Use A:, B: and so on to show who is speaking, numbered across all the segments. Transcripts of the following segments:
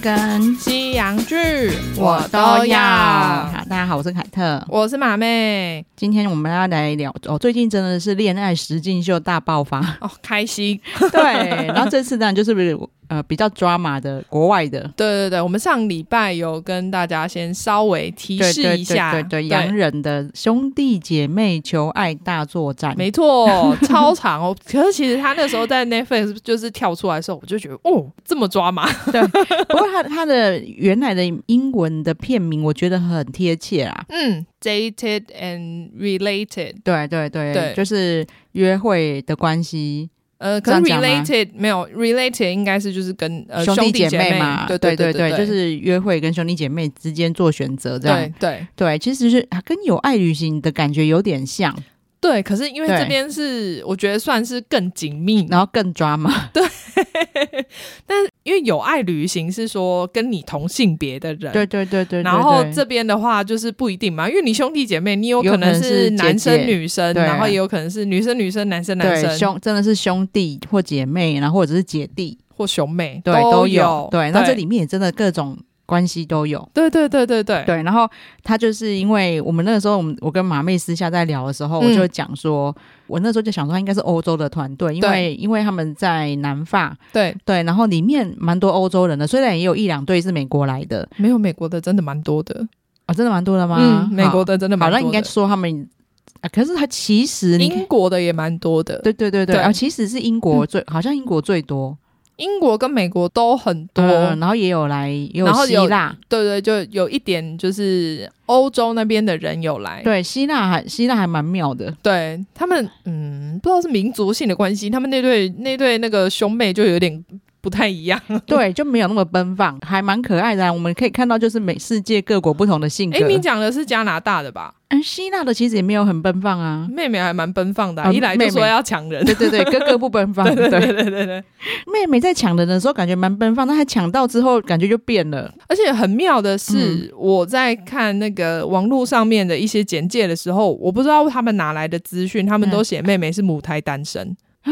A: 跟
B: 西洋剧
A: 好，大家好，我是凯特。
B: 我是马妹
A: 今天我们要来聊哦，最近真的是恋爱实境秀大爆 发。
B: 哦，开心。
A: 对，然后这次当然就是不是呃比较 drama 的国外的，
B: 对对对，我们上礼拜有跟大家先稍微提
A: 对
B: 示
A: 对
B: 一
A: 对
B: 下，
A: 对对，洋人的兄弟姐妹求爱大作战。
B: 没错，超长哦。 可是其实他那时候在 Netflix 就是跳出来的时候，我就觉得哦，这么抓马，
A: 不过他他的原来的英文的片名，我觉得很贴切啊啦。
B: 嗯，dated and related，
A: 对对对，
B: 对
A: 就是约会的关系，
B: 呃，可是
A: 这样讲吗
B: related 没有 related 应该是就是跟呃兄
A: 姐
B: 姐
A: 嘛，
B: 对
A: 对
B: 对
A: 对
B: 对，
A: 就是约会跟兄弟姐妹之间做选择这样。
B: 对对
A: 对，其实是啊，跟有爱旅行的感觉有点像，
B: 对。可是因为
A: 对
B: 这边是我觉得算是更紧密，
A: 然后更抓嘛。
B: 但是因为有爱旅行是说跟你同性别的人，
A: 对对对对对对
B: 然后这边的话就是不一定嘛，因为你兄弟姐妹，你有可能是
A: 有
B: 男
A: 可能是
B: 生
A: 姐姐
B: 女生，
A: 对
B: 然后也有可能是女生女生、男生男
A: 对
B: 生
A: 兄真的是兄弟或姐妹，然后或者是姐弟，
B: 或兄妹，
A: 对
B: 都
A: 有。对，那这里面也真的各种关系都有。
B: 对对对对对
A: 对，然后他就是因为我们那个时候，我们我跟马妹私下在聊的时候，
B: 嗯
A: 我就讲说，我那时候就想说他应该是欧洲的团队，因为因为他们在南法，
B: 对，
A: 对，然后里面蛮多欧洲人的，虽然也有一两队是美国来的，
B: 没有美国的真的蛮多的，
A: 哦，真的蛮多的吗？
B: 嗯，美国
A: 好
B: 的真的
A: 好，
B: 蛮
A: 那
B: 多
A: 应该
B: 的，
A: 说他们，啊可是他其实你
B: 英国的也蛮多的，
A: 对对对对
B: 对嗯
A: 啊，其实是英国最，好像英国最多
B: 英国跟美国都很多，
A: 嗯然后也有来，也有
B: 然后
A: 希
B: 有
A: 腊，
B: 对对，就有一点就是欧洲那边的人有来，
A: 对，希腊还希腊还蛮妙 的，
B: 对他们，嗯，不知道是民族性的关系，他们那对那对那个兄妹就有点不太一样。
A: 对，就没有那么奔放，还蛮可爱的啊、我们可以看到，就是每世界各国不同的性格。
B: 哎、你讲的是加拿大的吧？。
A: 嗯，希腊的其实也没有很奔放啊
B: 妹妹还蛮奔放的啊、
A: 啊
B: 一来就说
A: 妹妹
B: 要抢人。
A: 对对 对，哥哥不奔放。对
B: 嗯对对对对，
A: 妹妹在抢人的时候感觉蛮奔放，但她抢到之后感觉就变了。
B: 而且很妙的
A: 嗯
B: 是，我在看那个网络上面的一些简介的时候，我不知道他们哪来的资讯，
A: 嗯
B: 他们都写妹妹是母胎单身。嗯
A: 啊，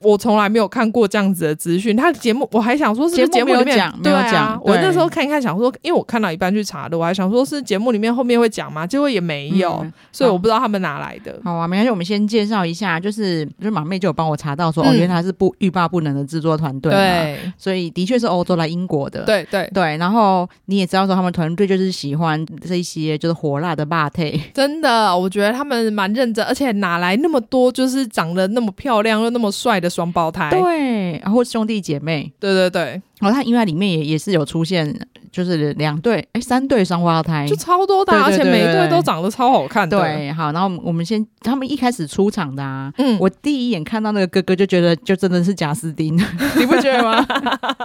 B: 我从来没有看过这样子的资讯。他的节目我还想说是不是
A: 节
B: 节
A: 目
B: 目里
A: 没有
B: 面
A: 讲
B: 对
A: 没有
B: 啊
A: 讲，
B: 我
A: 对
B: 那时候看一看，想说，因为我看到一半去查的，我还想说是节目里面后面会讲吗？结果也没有，
A: 嗯
B: 所以我不知道他们哪来的。
A: 好啊，没关系，我们先介绍一下，就是就是马妹就有帮我查到说，哦，
B: 嗯
A: 原来她是不欲罢不能的制作团队嘛，
B: 对
A: 所以的确是欧洲来英国的，
B: 对对，
A: 对，然后你也知道说他们团队就是喜欢这一些就是火辣的霸体，
B: 真的，我觉得他们蛮认真，而且哪来那么多就是长得那么漂亮又那么帅的双胞胎？
A: 对，然后兄弟姐妹，
B: 对对对
A: 然后他因为它里面也也是有出现就是两对哎三对双胞胎
B: 就。超多的啊，而
A: 对对
B: 且
A: 对
B: 每一
A: 对
B: 对
A: 对
B: 都长得超好看的。，
A: 对，好，然后我们我们先，他们一开始出场的啊，
B: 嗯，
A: 我第一眼看到那个哥哥就觉得，就真的是贾斯汀， 你不觉得吗？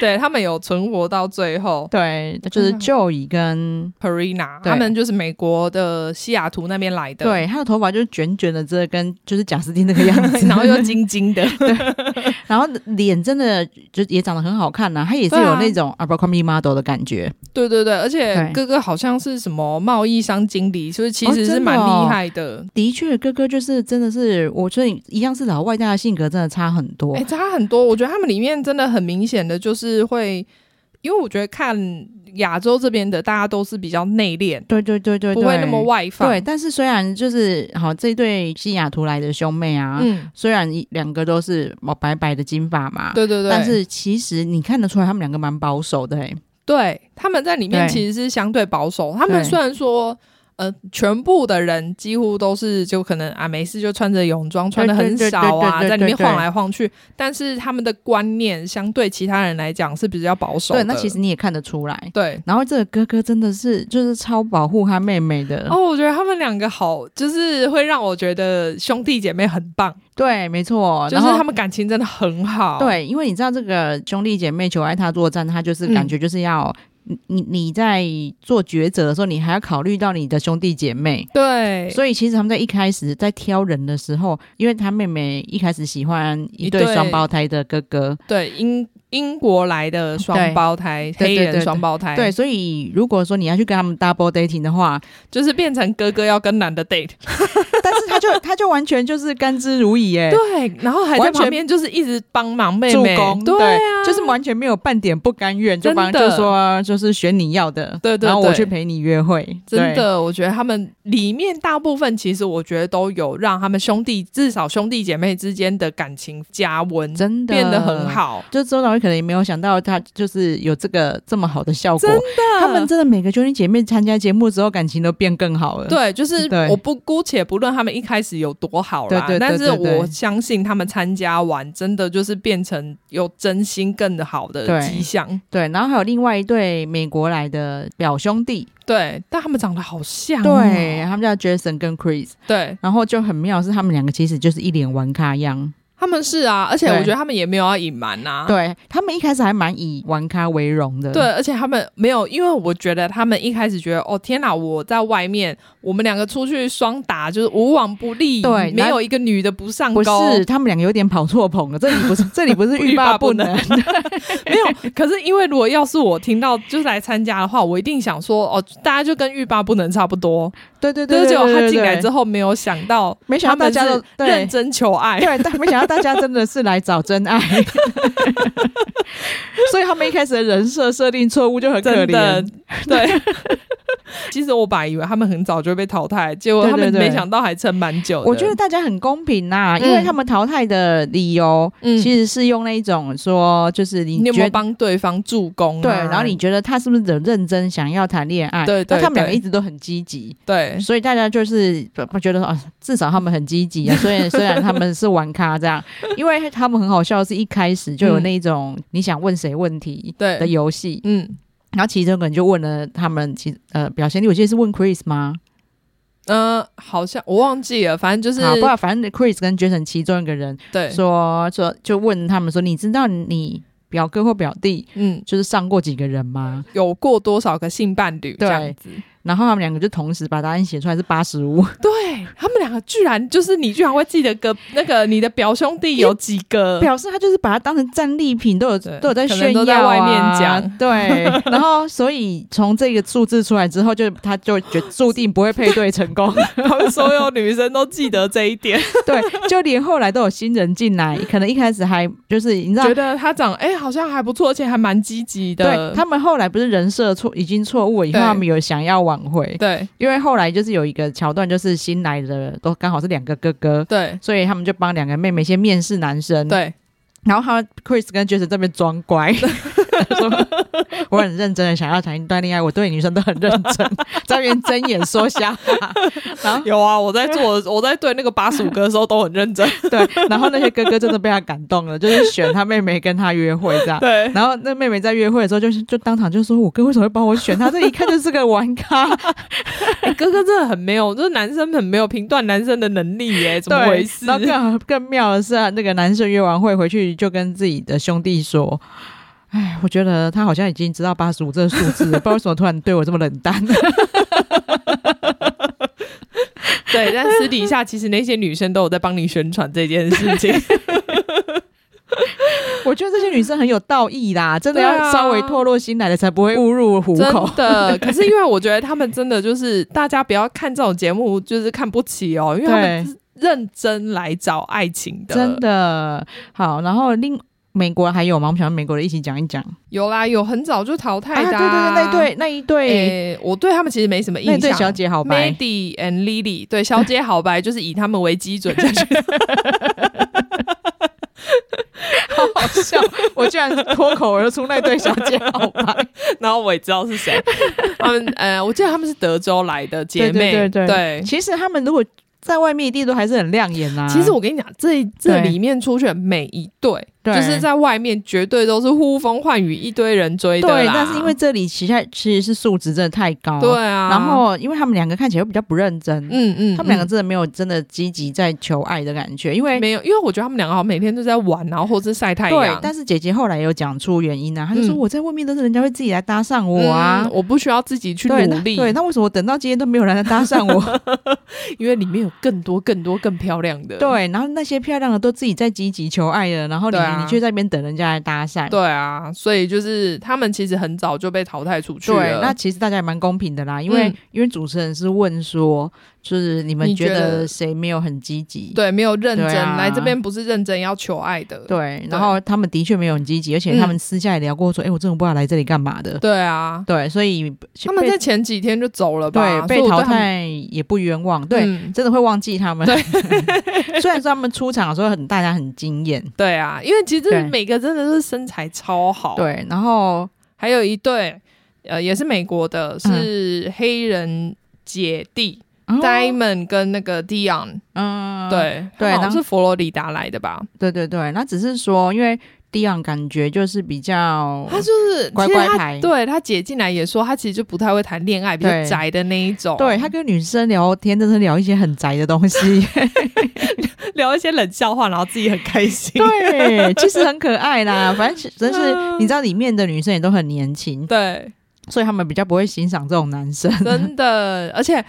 B: 对他们有存活到最后。
A: 对，就是
B: 真的
A: Joey 跟
B: Perina，
A: 对
B: 他们就是美国的西雅图那边来的。
A: 对，他的头发就是卷卷的，这跟就是贾斯汀那个样 子，
B: 然后又晶晶的，
A: 然后脸真的就也长得很好看呐、他也是
B: 对啊
A: 有那种 Abercrombie model 的感觉，
B: 对对对，而且
A: 对
B: 哥哥好像是什么贸易商经理，就是其
A: 哦
B: 实是
A: 真的
B: 蛮
A: 哦
B: 厉害的。
A: 的确，哥哥就是真的是，我觉得一样是老外，但他性格真的差很多。
B: 哎、差很多，我觉得他们里面真的很明显的就是会，因为我觉得看亚洲这边的大家都是比较内敛，
A: 对对对对对，
B: 不会那么外放。
A: 对，，但是虽然就是好这一对西雅图来的兄妹啊，
B: 嗯，
A: 虽然一两个都是哦白白的金发嘛，
B: 对对对，
A: 但是其实你看得出来他们两个蛮保守的、欸，
B: 对他们在里面
A: 对
B: 其实是相对保守，他们
A: 对
B: 虽然说。呃，全部的人几乎都是就可能啊，没事就穿着泳装，穿的
A: 对对
B: 很
A: 对
B: 少啊，
A: 对对对
B: 在里面
A: 对
B: 晃来晃去。但是他们的观念相对其他人来讲是比较保守的。
A: 对，那其实你也看得出来。
B: 对
A: 然后这个哥哥真的是就是超保护他妹妹的，
B: 哦，我觉得他们两个好，就是会让我觉得兄弟姐妹很棒，
A: 对，没错，
B: 就
A: 哦
B: 是
A: 然后
B: 他们感情真的很好。
A: 对，因为你知道这个兄弟姐妹求爱他作战，他就是感觉就是要、你你你在做抉择的时候，你还要考虑到你的兄弟姐妹。
B: 对
A: 所以其实他们在一开始在挑人的时候，因为他妹妹一开始喜欢一
B: 一
A: 对
B: 对
A: 双胞胎的哥哥，
B: 对，英英国来的双胞胎，
A: 对
B: 黑
A: 对对
B: 人
A: 对
B: 双胞胎，
A: 对，，所以如果说你要去跟他们 double dating 的话，
B: 就是变成哥哥要跟男的 date，
A: 但是他他就 他就完全就是甘之如饴哎，
B: 对，然后还在
A: 完全
B: 旁边就是一直帮忙妹
A: 助
B: 妹
A: 攻，
B: 对啊，
A: 就是完全没有半点不甘愿，就帮
B: 真的
A: 就说就是选你要的，
B: 对对
A: 然后我
B: 对
A: 去陪你约会，
B: 真
A: 对。
B: 的，我觉得他们里面大部分其实我觉得都有让他们兄弟至少兄弟姐妹之间的感情加温，
A: 真的
B: 变得很，好。
A: 就周导演可能也没有想到，他就是有这个这么好的效果
B: 真。
A: 他们真的每个兄弟姐妹参加节目之后，感情都变更好了。
B: 对，就是
A: 对
B: 我不姑且不论他们一开始有多好啦，
A: 对对对
B: 但是
A: 对对
B: 我相信他们参加完，真的就是变成有真心更好的
A: 对
B: 迹象。
A: 对，然后还有另外一对美国来的表兄弟，
B: 对，但他们长得好像、哦，
A: 对他们叫 Jason 跟 Chris，
B: 对，
A: 然后就很妙是他们两个其实就是一脸玩咖样。
B: 他们是啊，而且
A: 对
B: 我觉得他们也没有要隐瞒啊，
A: 对他们一开始还蛮以玩咖为荣的。
B: 对，而且他们没有，因为我觉得他们一开始觉得，哦天哪，我在外面，我们两个出去双打就是无往不利，
A: 对
B: 没
A: 然后
B: 有一个女的不上
A: 不
B: 钩，
A: 是，他们两个有点跑错棚了。这里不 是，这里不是
B: 欲
A: 欲
B: 罢
A: 罢
B: 不
A: 不能。
B: 没有。可是因为如果要是我听到就是来参加的话，我一定想说，哦，大家就跟欲罢不能差不多，
A: 对对
B: 就是
A: 对，
B: 结果他进来
A: 对
B: 之，后没有想到，
A: 没想到大家都对。
B: 认真求爱，
A: 对，但没想到大家真的是来找真爱， 所以他们一开始的人设设定错误就很可
B: 真的
A: 怜。，
B: 对。 其实我本来以为他们很早就被淘汰，结果
A: 对
B: 他们
A: 对对
B: 没想到还撑蛮久的。
A: 我觉得大家很公平呐、因为
B: 嗯
A: 他们淘汰的理由、
B: 嗯
A: 其实是用那一种说，就是你
B: 你有没
A: 觉
B: 有
A: 得。
B: 帮对方助攻啊、
A: 对，然后你觉得他是不是有认真想要谈恋爱？
B: 对对
A: 那他们两个
B: 对
A: 一直都很积极，
B: 对
A: 所以大家就是不觉得说啊，至少他们很积极啊。虽然虽然他们是玩咖这样，因为他们很好笑，是一开始就有
B: 嗯
A: 那种你想问谁问题的
B: 对，
A: 游戏，
B: 嗯
A: 然后其中可能就问了他们其呃表现力，我记得是问 Chris 吗？
B: 呃，好像我忘记了，反正就是
A: 好，不然反正 Chris 跟 Jason 其中一个人
B: 对，
A: 说说就问他们说，你知道你表哥或表弟
B: 嗯，
A: 就是上过几个人吗？
B: 有过多少个性伴侣这
A: 对
B: 样子？
A: 然后他们两个就同时把答案写出来是八十五，
B: 对他们两个居然就是你居然会记得个那个你的表兄弟有几 个？
A: 表示他就是把它当成战利品，都有
B: 对
A: 都有在
B: 可
A: 炫
B: 能
A: 耀、啊、
B: 都在外面讲
A: 对，然后所以从这个数字出来之后，就他就觉注定不会配对成 功。
B: 他们所有女生都记得这一 点，
A: 对，就连后来都有新人进来，可能一开始还就是你知道
B: 觉。得他长哎、好像还不错，而且还蛮积极的。
A: 对他们后来不是人设错已经错误了，以后
B: 对
A: 他们有想要挽回，
B: 对
A: 因为后来就是有一个桥段，就是新来的都刚好是两个哥哥，
B: 对
A: 所以他们就帮两个妹妹先面试男生，
B: 对
A: 然后他 Chris 跟 Jason 这边装乖， 说我很认真的想要谈一段恋爱，我对女生都很认真， 在那边睁眼说瞎话。然后
B: 有啊！我在 做，我在对那个八十五哥的时候都很认真。
A: 对，然后那些哥哥真的被他感动了，就是选他妹妹跟他约会这 样。
B: 对，
A: 然后那妹妹在约会的时候就，是就当场就说：“我哥为什么会帮我选他？这一看就是个玩咖。
B: 哎哥哥真的很没有，就是男生很没有评断男生的能力耶、” 怎么回
A: 对
B: 事？，
A: 然后更好更妙的是、啊，那个男生约完会回去就跟自己的兄弟说：“哎，我觉得他好像已经知道八十五这个数字了，不知道为什么突然对我这么冷淡。”
B: 对，但私底下其实那些女生都有在帮你宣传这件事情。
A: 我觉得这些女生很有道义啦，真的
B: 对
A: 要
B: 啊
A: 稍微透露心来的，才不会误入虎
B: 真
A: 口。
B: 的，可是因为我觉得他们真的就是大家不要看这种节目就是看不起哦，因为他们
A: 对
B: 是认真来找爱情的，
A: 真的好，然后另美国还有吗？我们想美国的一起讲一讲。
B: 有啦，有很早就淘
A: 啊，
B: 汰
A: 对对
B: 的、
A: 对，那一对那一对、
B: 诶我对他们其实没什么
A: 那
B: 印
A: 一对
B: 象。
A: 小姐好白
B: Mandy and Lily，对，小姐好白就是以他们为基准下去。
A: 好好 笑，我居然脱口而出那对小姐好白。
B: 然后我也知道是谁， 他们呃，我记得他们是德州来的姐
A: 对
B: 妹，
A: 对对其实他们如果在外面一定都还是很亮眼啊。
B: 其实我跟你讲，这这
A: 对
B: 里面出去的每一对，
A: 对
B: 就是在外面绝对都是呼风唤雨，一堆人追的
A: 对，
B: 啦。
A: 但是因为这里其实其实是素质真的太高，
B: 对、啊，
A: 然后因为他们两个看起来又比较不认真，
B: 嗯嗯，
A: 他们两个
B: 嗯
A: 真的没有真的积极在求爱的感觉，因为
B: 没有，因为我觉得他们两个好像每天都在玩，然后或者是晒太
A: 对
B: 阳，。
A: 但是姐姐后来有讲出原因啊，她就说
B: 嗯
A: 我在外面都是人家会自己来搭讪我啊。
B: 嗯我不需要自己去
A: 对
B: 努
A: 那
B: 力，
A: 对，那为什么我等到今天都没有人来搭讪 我？
B: 因为里面有更多、更多、更漂亮的。
A: 对，然后那
B: 啊
A: 些漂亮的都自己在积极求爱了，然后你、
B: 对啊
A: 你却在那边等人家来搭讪。
B: 对啊，所以就是他们其实很早就被淘汰出去
A: 对，
B: 了。
A: 那其实大家也蛮公平的啦，因为、
B: 嗯
A: 因为主持人是问说，就是你们
B: 你
A: 觉
B: 觉得
A: 得谁没有很积极？
B: 对，没有认真、
A: 对啊
B: 来这边不是认真要求爱的，
A: 对，然后他们的确没有很积极，而且
B: 嗯
A: 他们私下也聊过说，哎、我真的不知道来这里干嘛的。
B: 对啊，
A: 对，所以
B: 他们
A: 被
B: 在前几天就走了吧，
A: 对
B: 所以
A: 被
B: 我
A: 淘
B: 对他们
A: 汰也不冤枉，对，
B: 嗯
A: 真的会忘记他们。 虽然说他们出场的时候很大家很惊艳，
B: 对啊，因为其实
A: 对
B: 每个真的是身材超好，，
A: 对，然后
B: 还有一对呃也是美国的，是黑人姐弟、
A: 嗯
B: Diamond 跟那个 Dion，、
A: 嗯，
B: 对
A: 对嗯
B: 他好
A: 然
B: 像
A: 后
B: 是佛罗里达来的吧，
A: 对对对，那只是说，因为 Dion 感觉就是比较
B: 他就是
A: 乖
B: 其实他
A: 乖牌
B: 对他姐进来也说，他其实就不太会谈恋爱，比较
A: 对
B: 宅的那一种，
A: 对他跟女生聊天，真是聊一些很宅的东 西。
B: 聊一些冷笑话，然后自己很开心，
A: 对，其实很可爱啦。反正真是
B: 嗯
A: 你知道，里面的女生也都很年轻，
B: 对。
A: 所以他们比较不会欣赏这种男生。
B: 真的，而且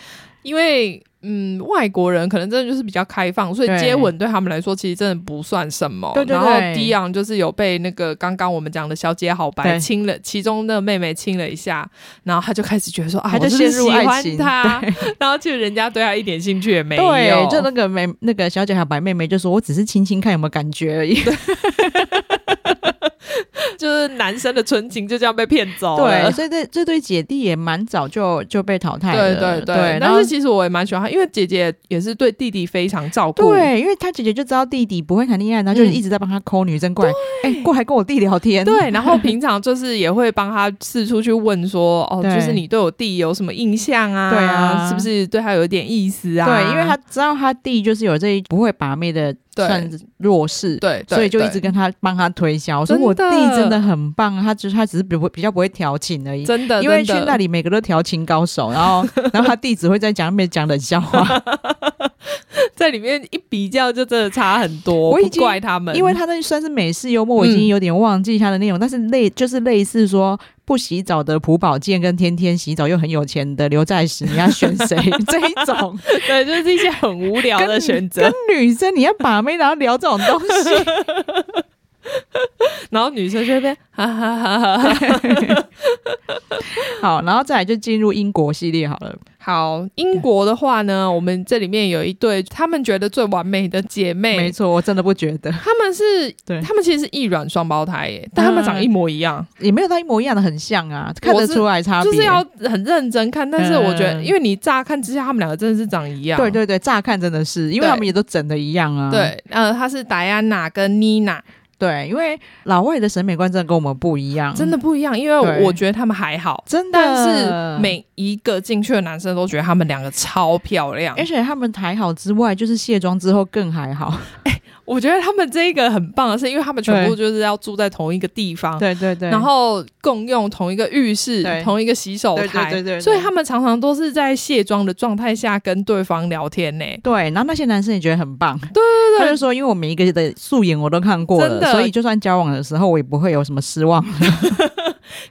B: 因为嗯，外国人可能真的就是比较开放，所以
A: 对
B: 接吻对他们来说其实真的不算什么。
A: 对对
B: 然后
A: 对
B: 迪昂就是有被那个刚刚我们讲的小姐好白
A: 对
B: 亲了，其中的妹妹亲了一下，然后他就开始觉得说啊，
A: 他就
B: 我是不是
A: 陷入
B: 喜
A: 爱
B: 欢
A: 情
B: 他， 然后其实人家对他一点兴趣也没有。
A: 对，就那个妹，那个小姐还白妹妹就说：“我只是亲亲看有没有感觉而已。
B: 就是男生的纯情就这样被骗”走
A: 对，
B: 了。
A: 所以这这对姐弟也蛮早就就被淘汰
B: 对
A: 了。
B: 对
A: 对，然
B: 但
A: 后
B: 是其实我也蛮喜欢他，因为姐姐也是对弟弟非常照顾。
A: 对，因为他姐姐就知道弟弟不会谈恋爱，然后就
B: 嗯
A: 一直在帮他抠女生过来，哎、过来跟我弟聊天。
B: 对，然后平常就是也会帮他四处去问说，哦，
A: 对
B: 就是你对我弟有什么印象啊？
A: 对啊
B: 是不是对他有点意思啊？
A: 对，因为他知道他弟就是有这一不会把妹的
B: 对
A: 算是弱势，
B: 对，对
A: 所以就一直
B: 对
A: 跟他帮他推销，说
B: 真的
A: 我弟真的很棒，他只是他只是比不比较不会调情而已。
B: 真的，
A: 因为去
B: 真的
A: 那里每个都调情高手，然后 然后他弟只会在讲面讲冷笑话，
B: 在里面一比较，就真的差很多。
A: 我
B: 不
A: 已经
B: 怪他们，
A: 因为他那算是美式幽默，我已
B: 嗯
A: 经有点忘记他的内容，但是类就是类似说不洗澡的朴宝剑跟天天洗澡又很有钱的刘在石，你要选谁 这一种？
B: 对，就是一些很无聊的
A: 跟
B: 选择
A: 跟。女生你要把妹，然后聊这种东西，
B: 然后女生就边哈哈哈哈。
A: 好，然后再来就进入英国系列好了。
B: 好，英国的话呢，我们这里面有一对他们觉得最完美的姐
A: 没
B: 妹，
A: 错，我真的不觉得，
B: 她们是
A: 对，嗯
B: 她们其实是异卵双胞胎耶，但她们长一模一样。
A: 也没有到一模一样的很像啊，看
B: 我
A: 得
B: 是
A: 出来差别。
B: 就是要很认真看，但是我觉得，
A: 嗯
B: 因为你乍看之下，他们两个真的是长一样。
A: 对对对，乍看真的是，因为
B: 对
A: 他们也都整的一样啊。
B: 对，呃，她是戴安娜跟妮娜，
A: 对，因为老外的审美观真的跟我们不一样，
B: 真的不一样，因为
A: 嗯对
B: 我觉得他们还好，
A: 真的。
B: 但是，每一个进去的男生都觉得他们两个超漂亮
A: 而。且他们还好之外，就是卸妆之后更还 好。
B: 我觉得他们这一个很棒的是，因为他们全部就是要住在同一个地方，
A: 对对对，
B: 然后共用同一个浴室、
A: 对
B: 同一个洗手台，
A: 对对对对对
B: 所以他们常常都是在卸妆的状态下跟对方聊天呢、
A: 对，然后那些男生也觉得很棒。对对
B: 对
A: 他就说，因为我每一个的素颜我都看过
B: 真
A: 了
B: 的，
A: 所以就算交往的时候，我也不会有什么失 望。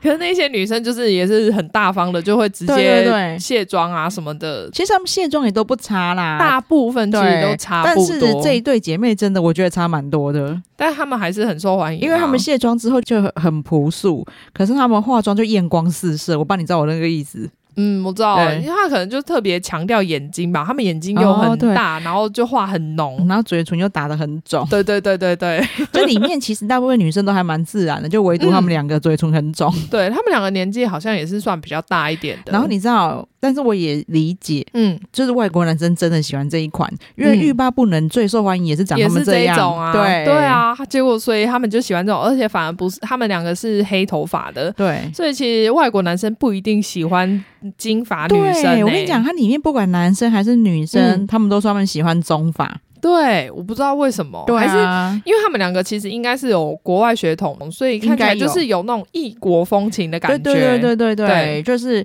B: 可是那些女生就是也是很大方的，就会直
A: 对对
B: 接
A: 对
B: 卸妆啊什么的，
A: 其实他们卸妆也都不差啦，
B: 大部分其实
A: 啊对
B: 都差
A: 但
B: 不
A: 是
B: 多。
A: 这一对姐妹真的，我觉得差蛮多的，
B: 但他们还是很受欢迎啊、
A: 因为她们卸妆之后就很很朴素，可是她们化妆就艳光四射。我帮你知道我那个意思，
B: 嗯，我知道，
A: 对
B: 因为他可能就特别强调眼睛吧，他们眼睛又很
A: 哦对嗯
B: 大，然后就画很浓。，
A: 然后嘴唇又打得很肿
B: 对对对对对
A: 就里面其实大部分女生都还蛮自然的，就唯独她们两个嘴唇很肿。
B: 对，他们两个年纪好像也是算比较大一点的。
A: 然后你知道，但是我也理解，
B: 嗯，
A: 就是外国男生真的喜欢这一款，因为
B: 嗯
A: 欲罢不能最受欢迎也是长
B: 也
A: 他
B: 是
A: 们
B: 这一
A: 样，
B: 种啊，
A: 对
B: 对，啊，结果所以他们就喜欢这种，而且反而不是他们两个是黑头发的，
A: 对。
B: 所以其实外国男生不一定喜欢金发女
A: 对
B: 生、欸。
A: 我跟你讲，，它里面不管男生还是女生，
B: 嗯
A: 他们都说他们喜欢中法，啊
B: 对，我不知道为什么，哦还是
A: 还是
B: 因为他们两个其实应该是有国外血统，所以看起来
A: 应该
B: 就
A: 有
B: 是有那种异国风情的感觉。
A: 对对对对对
B: 对
A: 对，就是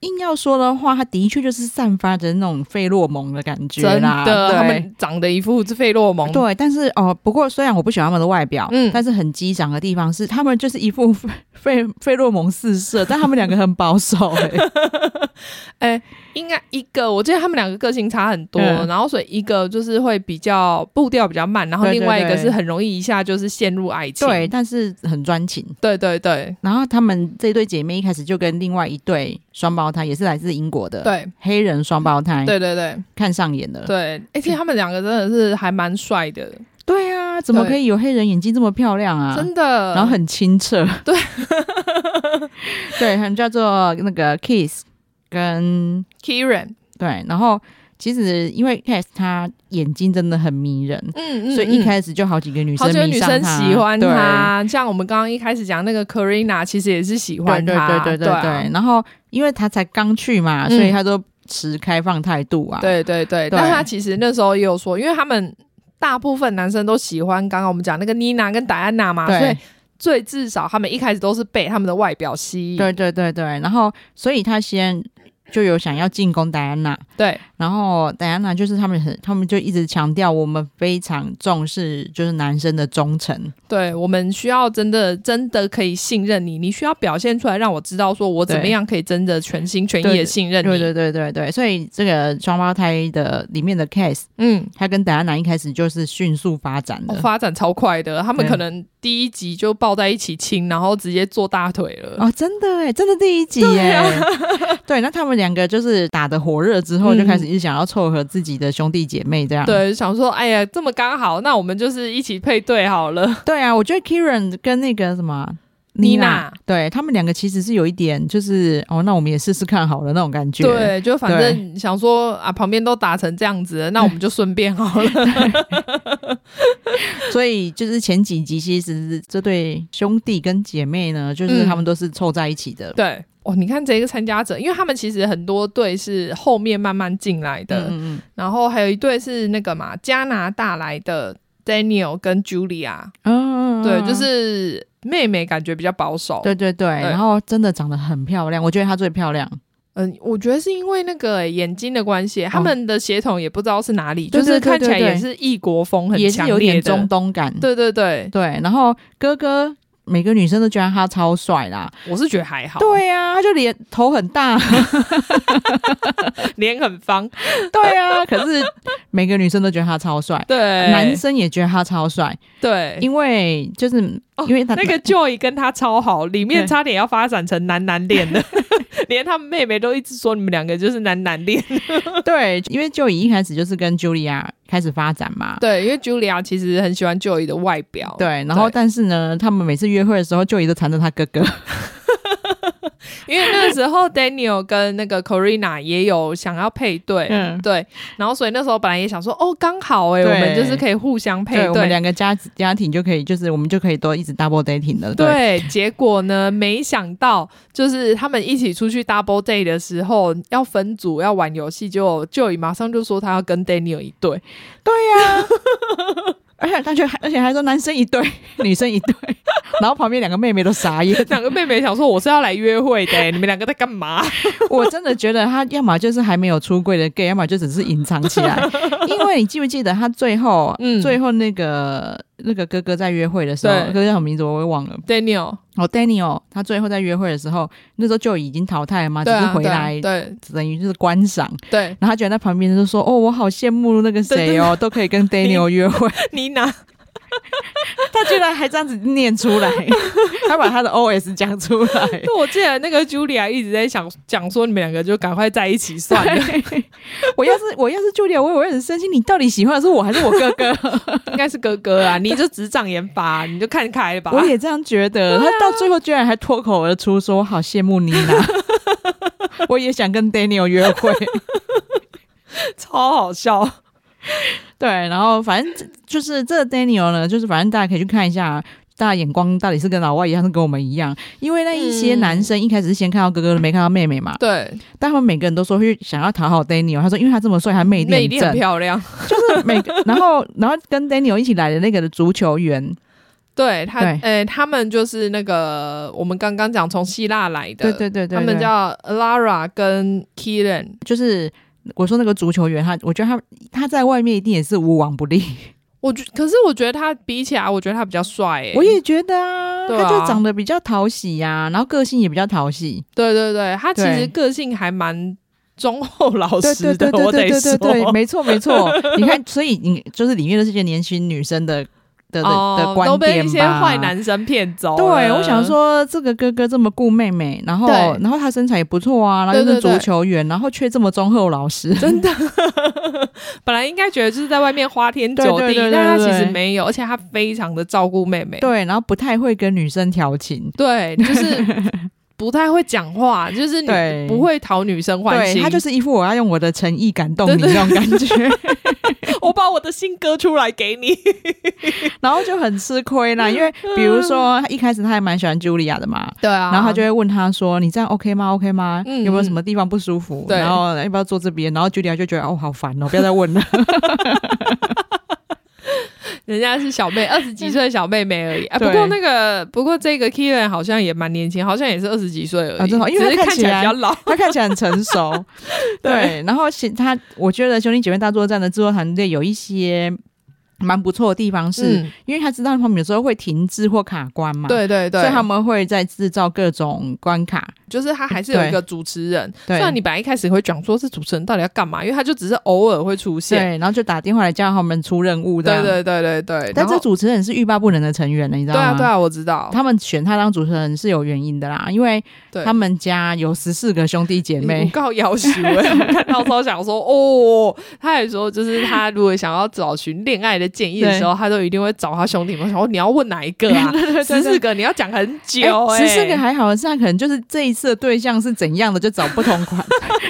A: 硬要说的话，他的确就是散发着那种费洛蒙的感觉
B: 真
A: 啦。
B: 的，
A: 对
B: 他们长得一副费洛蒙。
A: 对，但是哦，不过虽然我不喜欢他们的外表，
B: 嗯
A: 但是很激赏的地方是，他们就是一副 费费费洛蒙四射，但他们两个很保 守、欸
B: 哎，应该一个，我记得他们两个个性差很多，
A: 嗯
B: 然后所以一个就是会比较步调比较慢，然后
A: 对对
B: 另外一个
A: 对
B: 是很容易一下就是陷入爱情。
A: 对，但是很专情。
B: 对对对
A: 然后他们这对姐妹一开始就跟另外一对双胞胎，也是来自英国的，，
B: 对
A: 黑人双胞胎，
B: 对对对
A: 看上眼了，
B: 对，哎，其实他们两个真的是还蛮帅的，
A: 对啊，怎么可以有黑人眼睛这么漂亮啊？
B: 真的。
A: 然后很清澈，对， 对，很叫做那个 Kiss 跟
B: Kieran，
A: 对，然后其实因为 Kiss 他眼睛真的很迷人，
B: 嗯嗯，
A: 所以一
B: 嗯
A: 开始就好几个女
B: 好
A: 生
B: 几个
A: 迷
B: 女
A: 上
B: 生
A: 他
B: 喜欢
A: 对
B: 他，像我们刚刚一开始讲那个 Karina，其实也是喜欢
A: 对
B: 他，
A: 对对对
B: 对
A: 对
B: 啊
A: 对。然后因为他才刚去嘛，
B: 嗯
A: 所以他都持开放态度啊。
B: 对对对。但他其实那时候也有说，因为他们大部分男生都喜欢刚刚我们讲那个妮娜跟戴安娜嘛，啊所以
A: 对
B: 最至少他们一开始都是被他们的外表吸引，
A: 对对对对。然后所以他先就有想要进攻戴安娜，
B: 对
A: 然后戴安娜就是他们很，他们就一直强调我们非常重视就是男生的忠诚。
B: 对，我们需要真的真的可以信任你，你需要表现出来让我知道，说我怎么
A: 对
B: 样可以真的全心全意
A: 对
B: 的信任你，
A: 对对对对对。所以这个双胞胎的里面的 case，
B: 嗯。
A: 他跟戴安娜一开始就是迅速发展
B: 哦
A: 的。
B: 发展超快的，他们
A: 对
B: 可能第一集就抱在一起亲，然后直接做大腿了。
A: 哦，真的哎，真的第一集耶， 对，那他们两个就是打得火热之后，
B: 嗯
A: 就开始一直想要凑合自己的兄弟姐妹这样。
B: 对，想说，哎呀，这么刚好，那我们就是一起配对 好了。
A: 对啊，我觉得 Kieran 跟那个什么。
B: 妮
A: 妮
B: 娜
A: 娜，对他们两个其实是有一点，就是哦，那我们也试试看好了那种感觉。
B: 对，就反正想说啊，旁边都打成这样子了，那我们就顺便 好了。
A: 所以就是前几集其实是这对兄弟跟姐妹呢，就是
B: 嗯
A: 他们都是凑在一起的。
B: 对，哦，你看这个参加者，因为他们其实很多队是后面慢慢进来的，
A: 嗯嗯
B: 然后还有一队是那个嘛，加拿大来的 Daniel 跟 Julia，、
A: 嗯嗯，嗯哦
B: 对，就是妹妹感觉比较保守。
A: 对对对，然后真的长得很漂亮，我觉得她最漂亮。
B: 嗯，我觉得是因为那个、欸眼睛的关系，他们的血统也不知道是哪里，
A: 哦对
B: 就
A: 对对
B: 是看起来
A: 对对
B: 也是异国风很
A: 也是
B: 强
A: 有
B: 烈
A: 点
B: 的。
A: 中东感。
B: 对对对，
A: 对，然后哥哥每个女生都觉得他超帅啦。
B: 我是觉得还好，，
A: 对呀、他就脸头很 大。
B: 脸很方，
A: 对呀、可是每个女生都觉得他超帅，
B: 对，
A: 男生也觉得他超帅，
B: 对，哦
A: 因为就是、因为他
B: 那个 Joy 跟他超好，里面
A: 对
B: 差点要发展成男男恋 的，连他们妹妹都一直说你们两个就是男男 恋。
A: 对，因为就以一开始就是跟 Julia 开始发展嘛。
B: 对，因为 Julia 其实很喜欢 Joy 的外表，
A: 对，然后
B: 对
A: 但是呢，他们每次约会的时候，就一都缠着他哥哥。
B: 因为那个时候 Daniel 跟那个 Corina 也有想要配 对。
A: 嗯，
B: 对，然后所以那时候本来也想说，哦，刚好哎、
A: 对
B: 我们就是可以互相配
A: 对，我们
B: 对。
A: 两个家家庭就可以，就是我们就可以都一直 double dating 了。对，
B: 对，结果呢？没想到就是他们一起出去 double day 的时候，要分组要玩游戏，就 Joy 马上就说他要跟 Daniel 一对，
A: 而且他就还而且还说男生一 对，女生一对，然后旁边两个妹妹都傻眼。
B: 两个妹妹想说我是要来约会的、你们两个在干嘛？
A: 我真的觉得他要么就是还没有出柜的 gay，要么就只是隐藏起 来。因为你记不记得他最后，
B: 嗯
A: 最后那个那个哥哥在约会的时候，
B: 对
A: 哥哥叫什么名字我也忘了。
B: Daniel
A: 哦，Daniel，他最后在约会的时候，那时候就已经淘汰了嘛，只
B: 对
A: 是
B: 啊，
A: 回来
B: 对
A: 等于就是观赏。
B: 对
A: 然后他居然在旁边就说：“哦，我好羡慕那个谁哦，都可以跟 Daniel 约 会。
B: 对，妮娜，
A: 他居然还这样子念出 来，他把他的 OS 讲出来。
B: 对我记得那个 Julia 一直在想讲说你们两个就赶快在一起算 了，
A: 我要是我要是 Julia，我也会很生气。你到底喜欢的是我还是我哥哥？
B: 应该是哥哥啊，你就只障眼法，你就看开吧。
A: 我也这样觉得。他到最后居然还脱口而出说：“好羡慕妮娜，我也想跟 Daniel 约会。
B: 超好笑，”
A: 对，然后反正这就是这个 Daniel 呢，就是反正大家可以去看一下。大家眼光到底是跟老外一样，是跟我们一样？因为那一些
B: 嗯
A: 男生一开始是先看到哥哥的，没看到妹妹嘛。
B: 对，
A: 但他们每个人都说会想要讨好 Daniel。他说，因为他这么帅，他魅 力
B: 魅
A: 很
B: 力
A: 正
B: 很，漂亮，
A: 就是每个。然后，然后跟 Daniel 一起来的那个的足球员，
B: 对他，
A: 对
B: 呃，他们就是那个我们刚刚讲从希腊来
A: 对
B: 的，
A: 对对对对，
B: 他们叫 Lara 跟 Kieran。
A: 就是我说那个足球员，他我觉得他他在外面一定也是无往不利。
B: 我觉，可是我觉得他比起来，我觉得他比较帅、欸，
A: 我也觉得啊，
B: 对啊
A: 他就长得比较讨喜呀、然后个性也比较讨喜。
B: 对对对，他其实
A: 对
B: 个性还蛮忠厚老
A: 对
B: 实
A: 对
B: 的
A: 对，
B: 我
A: 对
B: 得
A: 对对对，
B: 说。
A: 没错没错。你看，所以你就是里面都是一些年轻女生的。的的、的
B: 哦，都
A: 观
B: 被
A: 点
B: 一些
A: 吧
B: 坏男生骗走了。
A: 对，我想说这个哥哥这么顾妹妹，然后
B: 对
A: 然后他身材也不错啊，然后又是
B: 对对
A: 足
B: 对
A: 球员，然后却这么忠厚老实，
B: 真的，本来应该觉得就是在外面花天酒地，
A: 对对对对
B: 但他
A: 对
B: 其实没有，而且他非常的照顾妹妹，
A: 对，然后不太会跟女生调情，
B: 对，就是 不太会讲话，就是女
A: 对
B: 不会讨女生欢
A: 对
B: 心，
A: 他 就是一副我要用我的诚意感动你
B: 对对
A: 那种感觉，
B: 我把我的心割出来给你，
A: 然后就很吃亏 啦。因为比如说一开始他还蛮喜欢茱莉亚的嘛。
B: 对啊
A: 然后他就会问他说：“你这样 OK 吗？OK 吗？
B: 嗯
A: 有没有什么地方不舒服？
B: 对
A: 然后要不要坐这边？”然后茱莉亚就觉得：“哦，好烦哦，不要再 问了。
B: 人家是小妹，二十几岁的小妹妹 而已啊。
A: 对
B: 不过那个，不过这个 Kieran 好像也蛮年轻，好像也是二十几岁而
A: 啊
B: 已，
A: 真的因为
B: 只
A: 他
B: 是
A: 看
B: 看
A: 起
B: 起来
A: 来
B: 比较老”。
A: 他看起来很成 熟，对。然后其他，我觉得《兄弟姐妹大作战》的制作团队有一些蛮不错的地方是，
B: 嗯
A: 因为他知道他们有时候会停滞或卡关嘛，
B: 对对对，
A: 所以他们会在制造各种关卡，
B: 就是他还是有一个主持人。
A: 对
B: 虽然你本来一开始会讲说这主持人到底要干嘛，因为他就只是偶尔会出现。
A: 对，然后就打电话来叫他们出任务
B: 对
A: 的。
B: 对对对对，
A: 但
B: 然
A: 这
B: 后
A: 主持人是欲罢不能的成员了，你知
B: 对
A: 道吗？
B: 啊对啊，我知道。
A: 他们选他当主持人是有原因的啦，因为
B: 对
A: 他们家有十四个兄弟姐妹
B: 我，告要求、欸，我 看到时候想说，哦，他还说，就是他如果想要找寻恋爱的建议的时候，他都一定会找他兄弟们。我想说，你要问哪一个 啊？十四个，你要讲很久、欸，
A: 哎十四个还好，是他可能就是这一次的对象是怎样的，就找不同款，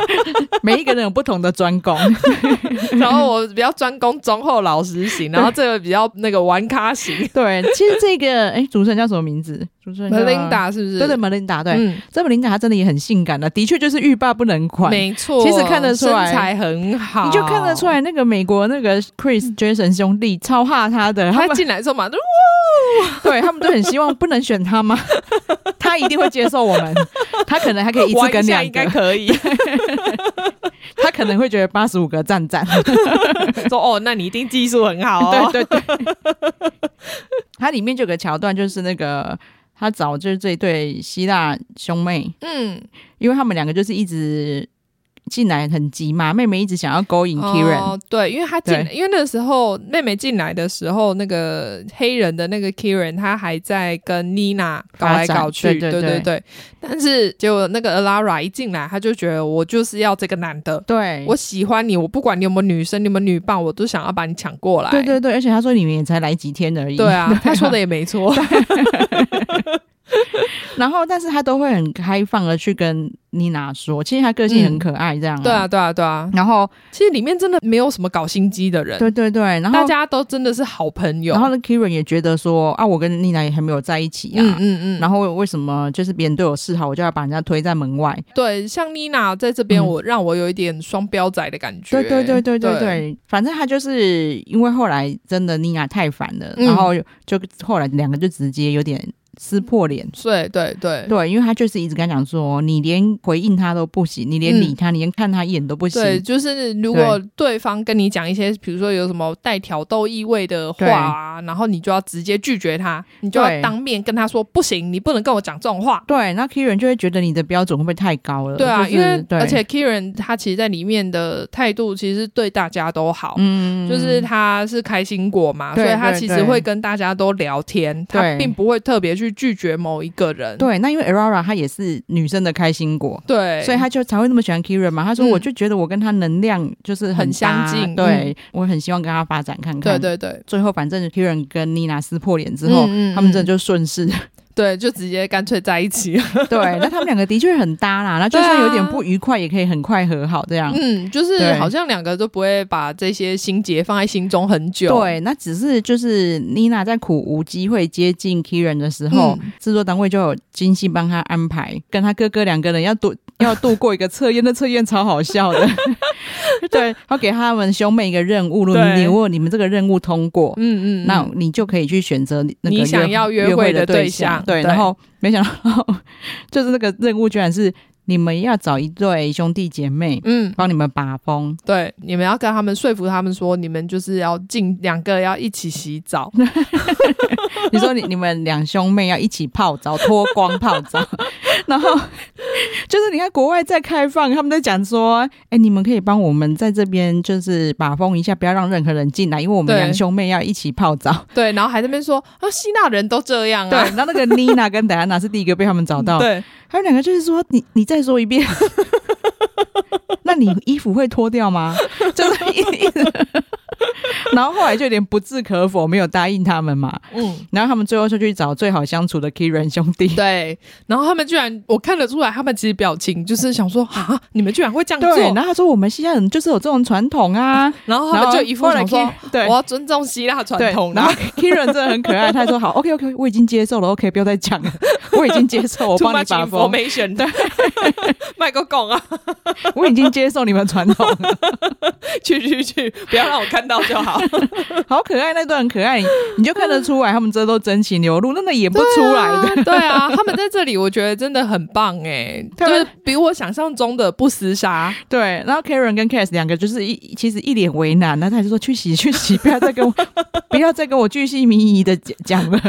A: 每一个人有不同的专攻。。
B: 然后我比较专攻忠厚老实型，然后这个比较那个玩咖型
A: 对，其实这个哎，主持人叫什么名字？主持人叫
B: Melinda 是不是？
A: 啊对对，Melinda，对，
B: 嗯，
A: 这 Melinda 她真的也很性感的，的确就是欲罢不能款。
B: 没错，
A: 其实看得出来
B: 身材很好，
A: 你就看得出。来，那个美国那个 Chris
B: 嗯
A: Jason 兄弟超怕他的，他
B: 他
A: 们
B: 进来之后嘛，就
A: 对他们都很希望不能选他吗？他一定会接受我们，他可能还可以一次
B: 玩
A: 跟
B: 一下
A: 两
B: 应该
A: 个，
B: 可以。
A: 他可能会觉得八十五个赞 赞，
B: 说哦，那你一定技术很 好哦。
A: 对对对。它里面就有个桥段，就是那个他找就是这一对希腊兄妹，
B: 嗯，
A: 因为他们两个就是一直进来很急嘛，妹妹一直想要勾引 Kieran，、
B: 哦，对，因为他进
A: 对，
B: 因为那时候妹妹进来的时候，那个黑人的那个 Kieran 他还在跟妮娜搞
A: 发
B: 来
A: 展
B: 搞去，
A: 对对
B: 对
A: 对
B: 但是结果那个 Alara 一进来，他就觉得我就是要这个男的，
A: 对，
B: 我喜欢你，我不管你有没有女生，你有没有女伴，我都想要把你抢过来。
A: 对对对，而且他说你们也才来几天而已，
B: 对啊，他说的也没错。
A: 然后但是他都会很开放的去跟妮娜说，其实他个性很可爱，这样、
B: 嗯对啊，。对啊，对啊。
A: 然后，
B: 其实里面真的没有什么搞心机的人，
A: 对对对，然后
B: 大家都真的是好朋友。
A: 然后呢，Kieran 也觉得说啊，我跟妮娜也还没有在一起啊，
B: 嗯嗯嗯，
A: 然后为什么就是别人对我示好，我就要把人家推在门外？
B: 对，像妮娜在这边，
A: 嗯
B: 我让我有一点双标仔的感觉。
A: 对对对对对
B: 对，
A: 对，反正他就是因为后来真的妮娜太烦了，
B: 嗯
A: 然后就后来两个就直接有点撕破脸。
B: 对对对
A: 对，因为他就是一直跟他讲说，你连回应他都不行，你连理他，你连看他一眼都不行。
B: 嗯对，就是如果对方跟你讲一些，比如说有什么带挑逗意味的话啊，然后你就要直接拒绝他，你就
A: 对
B: 要当面跟他说不行，你不能跟我讲这种话。
A: 对，那 Kieran 就会觉得你的标准会不会太高了？
B: 对啊，
A: 呃就是
B: 因为
A: 对
B: 而且 Kieran 他其实在里面的态度其实对大家都好，
A: 嗯，
B: 就是他是开心果嘛，
A: 对
B: 所以他
A: 对
B: 其
A: 对
B: 实会跟大家都聊天，
A: 对
B: 他并不会特别去拒绝某一个人。
A: 对，那因为 Aurora 她也是女生的开心果，
B: 对，
A: 所以他就才会那么喜欢 Kieran 嘛。他说，
B: 嗯
A: 我就觉得我跟他能量就是
B: 很
A: 搭
B: 相近
A: 对、我很希望跟他发展看看。
B: 对对对
A: 最后反正 Kieran 跟妮娜撕破脸之后，
B: 嗯嗯嗯
A: 他们真的就顺势。
B: 对，就直接干脆在一起。
A: 对，那他们两个的确很搭啦。那就
B: 对啊
A: 算有点不愉快，也可以很快和好这样。
B: 嗯，就是
A: 对
B: 好像两个都不会把这些心结放在心中很久。
A: 对，那只是就是妮娜在苦无机会接近 Kieran 的时候，
B: 嗯
A: 制作单位就有精心帮他安排，跟他哥哥两个人要度 要度过一个测验，那测验超好笑 的。对，他给他们兄妹一个任务，如果
B: 对
A: 你如果你们这个任务通过，
B: 嗯，嗯嗯，
A: 那你就可以去选择那个
B: 你想要
A: 约
B: 约会
A: 的
B: 的
A: 对
B: 对象
A: 对，
B: 对
A: 然后没想到 就是那个任务居然是你们要找一对兄弟姐妹
B: 嗯。
A: 帮你们把风。
B: 对，你 们要跟他们说服他们说，你们就是要进两个要一起洗澡，
A: 你说你你们两兄妹要一起泡澡，脱光泡澡， 然后就是你看国外在开放，他们在讲说，哎、你们可以帮我们在这边就是把风一下，不要让任何人进来，因为我们
B: 对
A: 两兄妹要一起泡澡。
B: 对，然后还在那边说啊，希腊人都这样
A: 对
B: 啊，，
A: 然后那个妮娜跟戴安娜是第一个被他们找到，
B: 对，
A: 还有两个就是说，你你再说一遍，那你衣服会脱掉吗？ 就是一一直， 然后后来就有点不置可否，没有答应他们嘛。
B: 嗯，
A: 然后他们最后就去找最好相处的 Kiran 兄弟，
B: 对，然后他们居然我看得出来，他们其实表情就是想说啊，你们居然会这样做，
A: 对，然后他说我们西亚人就是有这种传统 啊，
B: 然后他
A: 然后
B: 们就一副
A: 后来
B: 想说
A: Ki- 对
B: 我。要尊重希腊传
A: 对
B: 统，，啊
A: 然后 Kiran 真的很可爱，他还 说好，OK OK，我已经接受了，OK，不要再讲了，我已经接受，我
B: Too
A: 帮你
B: much
A: 把风，
B: information，对， 麦克讲啊，
A: 我已经接受你们传统了
B: 去去去，不要让我看到就好。
A: 好可爱，那段很可爱，你就看得出 来他们这都真情流露，那个演不出来的。
B: 对啊，他们在这里我觉得真的很棒哎，
A: 他
B: 就
A: 们
B: 是比我想象中的不厮杀。
A: 对，然后 Karen 跟 Cass 两个就是一其实一脸为难，然后他就说去洗去洗，不要再跟我 不要再跟我巨细靡遗的讲讲了。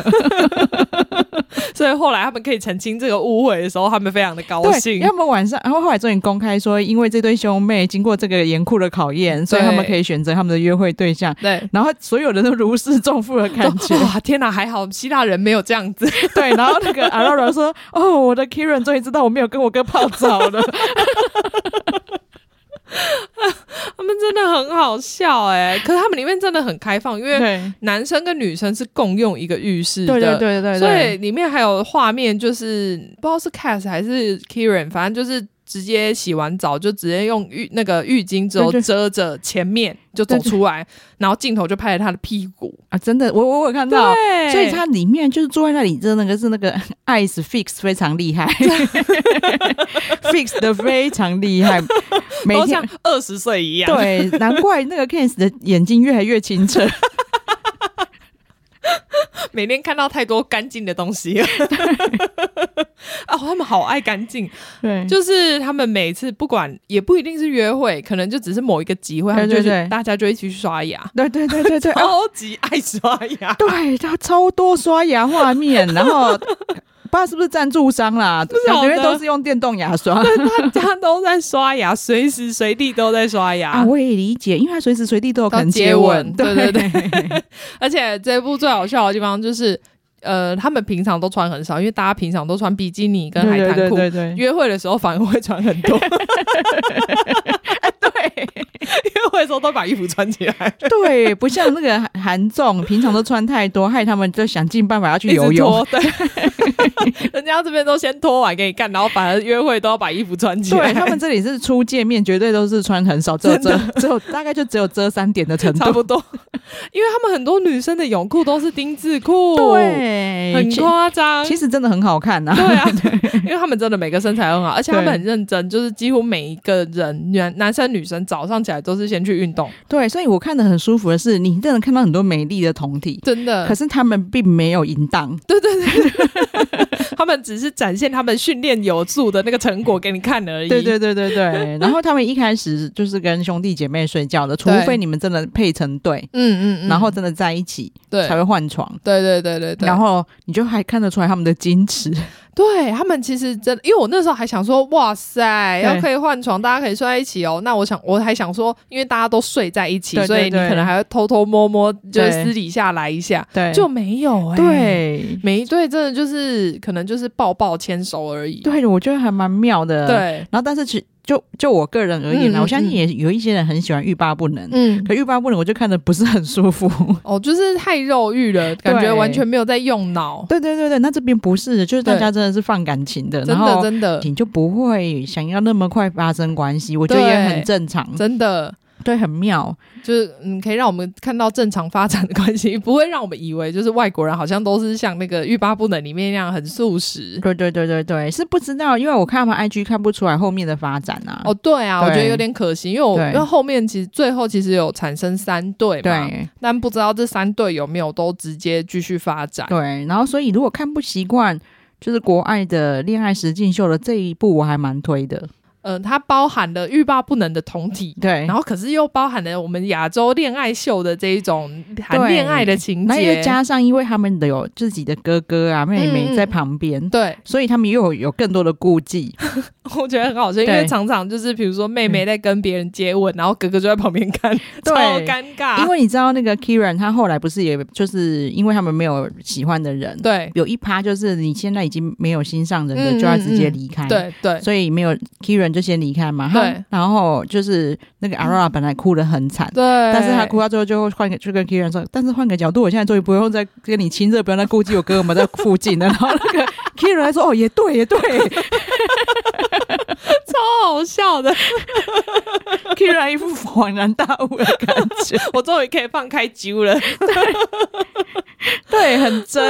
B: 所以后来他们可以澄清这个误会的时候，他们非常的高
A: 对，
B: 兴
A: 要。么晚上，然后后来终于公开说，因为这对兄妹经过这个严酷的考验，所以他们可以选择他们的约会对象。
B: 对，
A: 然后所有人都如释重负的感觉，
B: 哇，天哪，还好希腊人没有这样子，
A: 对。然后那个阿拉拉说：“哦，我的 Karen 终于知道我没有跟我哥泡澡 了。
B: 他们真的很好笑哎、可是他们里面真的很开放，因为
A: 对
B: 男生跟女生是共用一个浴室的。
A: 对对对对
B: 所以
A: 对，
B: 里面还有画面，就是不知道是 Cass 还是 Kieran，反正就是直接洗完澡就直接用浴那个浴巾只有
A: 对对
B: 遮着前面就走出来，然后镜头就拍了他的屁股。
A: 啊，真的，我我我有看到，
B: 对
A: 所以它里面就是坐在那里，真的那个是那个 ice fix 非常厉 害 ，fix 的非常厉害，每
B: 都
A: 天
B: 像二十岁一样。
A: 对，难怪那个 Kens 的眼睛越来越清澈。
B: 每天看到太多干净的东 西了。啊，他们好爱干净，
A: 对就
B: 就是他们每次不管也不一定是约会，可能就只是某一个集会，他
A: 对
B: 们就
A: 对对
B: 去大家就一起去刷牙，
A: 对对对对对，哦，
B: 超级爱刷牙。
A: 对他超多刷牙画面，然后。不知道是不是赞助商啦，
B: 晓
A: 因
B: 得
A: 为都是用电动牙刷
B: 大家都在刷牙，随时随地都在刷牙。
A: 啊，我也理解，因为他随时随地都有可
B: 到
A: 能
B: 接
A: 吻，
B: 对 对对。而且这部最好笑的地方就是，呃，他们平常都穿很少，因为大家平常都穿比基尼跟海
A: 对
B: 滩裤。
A: 对对对
B: 约会的时候反而会穿很 多，哎
A: 对
B: 约会的时候都把衣服穿起来，
A: 对，不像那个韩韩总，平常都穿太多，害他们就想尽办法要去游
B: 一直
A: 泳。
B: 脱。对， 人家这边都先脱完给你看，然后反而约会都要把衣服穿起
A: 对
B: 来。
A: 他们这里是初见面，绝对都是穿很少，只有遮，只有大概就只有遮三点的程
B: 差
A: 度。
B: 不多，因为他们很多女生的泳裤都是丁字裤，，
A: 对，
B: 很
A: 其
B: 夸张。
A: 其实真的很好看呐、
B: 对 啊，因为他们真的每个身材很好，而且他们
A: 对
B: 很认真，就是几乎每一个人，男男生女生早上起来都是先去运动，
A: 对，所以我看的很舒服的是，你真的看到很多美丽的酮体，
B: 真的
A: 可。是他们并没有淫荡。
B: 对对对， 他们只是展现他们训练有素的那个成果给你看而已。
A: 对对对对 对，然后他们一开始就是跟兄弟姐妹睡觉的，除
B: 对
A: 非你们真的配成对，
B: 嗯，嗯嗯
A: 然后真的在一起
B: 对
A: 才会换床，
B: 对对对对对，
A: 然后你就还看得出来他们的矜持。
B: 对他们其实真的，因为我那时候还想说，哇塞，
A: 对
B: 要可以换床，大家可以睡在一起哦。那我想，我还想说，因为大家都睡在一起，
A: 对对
B: 所以
A: 对
B: 你可能还会偷偷摸摸，就是
A: 对
B: 私底下来一下，
A: 对
B: 就没有哎、
A: 对
B: 每一对真的就是可能就是抱抱牵手而已。
A: 对，我觉得还蛮妙的。。
B: 对，
A: 然后但是其就就我个人而言呢，
B: 嗯嗯
A: 我相信也有一些人很喜欢欲罢不能，
B: 嗯，
A: 可欲罢不能我就看的不是很舒服。
B: 哦，就是太肉欲了，感觉完全没有在用脑，
A: 对对对对，那这边不是，就是大
B: 对
A: 家真的是放感情的，然
B: 真的
A: 后
B: 真的
A: 你就不会想要那么快发生关系，我觉得
B: 对
A: 也很正常，
B: 真的。
A: 对，很妙。
B: 就是嗯，可以让我们看到正常发展的关系，不会让我们以为就是外国人好像都是像那个欲罢不能里面那样很素食。
A: 对对对对对，是不知道，因为我看他们 IG 看不出来后面的发展啊。
B: 哦，对啊，
A: 对
B: 我觉得有点可惜，因为我
A: 对
B: 因为后面其实最后其实有产生三对嘛，
A: 对
B: 但不知道这三对有没有都直接继续发展。
A: 对，然后所以如果看不习惯。就是国外的恋爱实境秀的这一部，我还蛮推的。
B: 呃，它包含了欲罢不能的同体，
A: 对，
B: 然后可是又包含了我们亚洲恋爱秀的这一种谈
A: 对
B: 恋爱的情
A: 然后
B: 节
A: 又，加上，因为他们的有自己的哥哥啊、妹
B: 嗯嗯
A: 妹在旁边，
B: 对，
A: 所以他们又有有更多的顾忌。
B: 我觉得很好笑，因为
A: 对
B: 常常就是比如说妹妹在跟别人接吻，然后哥哥就在旁边看，超
A: 对
B: 尴尬，
A: 因为你知道那个 Kiran，他后来不是也就是因为他们没有喜欢的人，
B: 对
A: 有一趴就是你现在已经没有心上人的，
B: 嗯
A: 就要直接离开。。
B: 对对，
A: 所以没有 Kiran 就先离开嘛，他
B: 对嗯
A: 然后就是那个 Aurora 本来哭得很惨，
B: 对，
A: 但
B: 但
A: 是他哭到最后就会换个就跟 Kiran 说，但是换个角度，我现在终于不用再跟你亲热，不用再顾忌我哥我们在附近了。然后那个 Kiran 还说，哦，也对，也 对
B: 超好笑 的，
A: ，Kiran 一副恍然大悟的感觉，
B: 我终于可以放开揪 了，
A: 对，很真。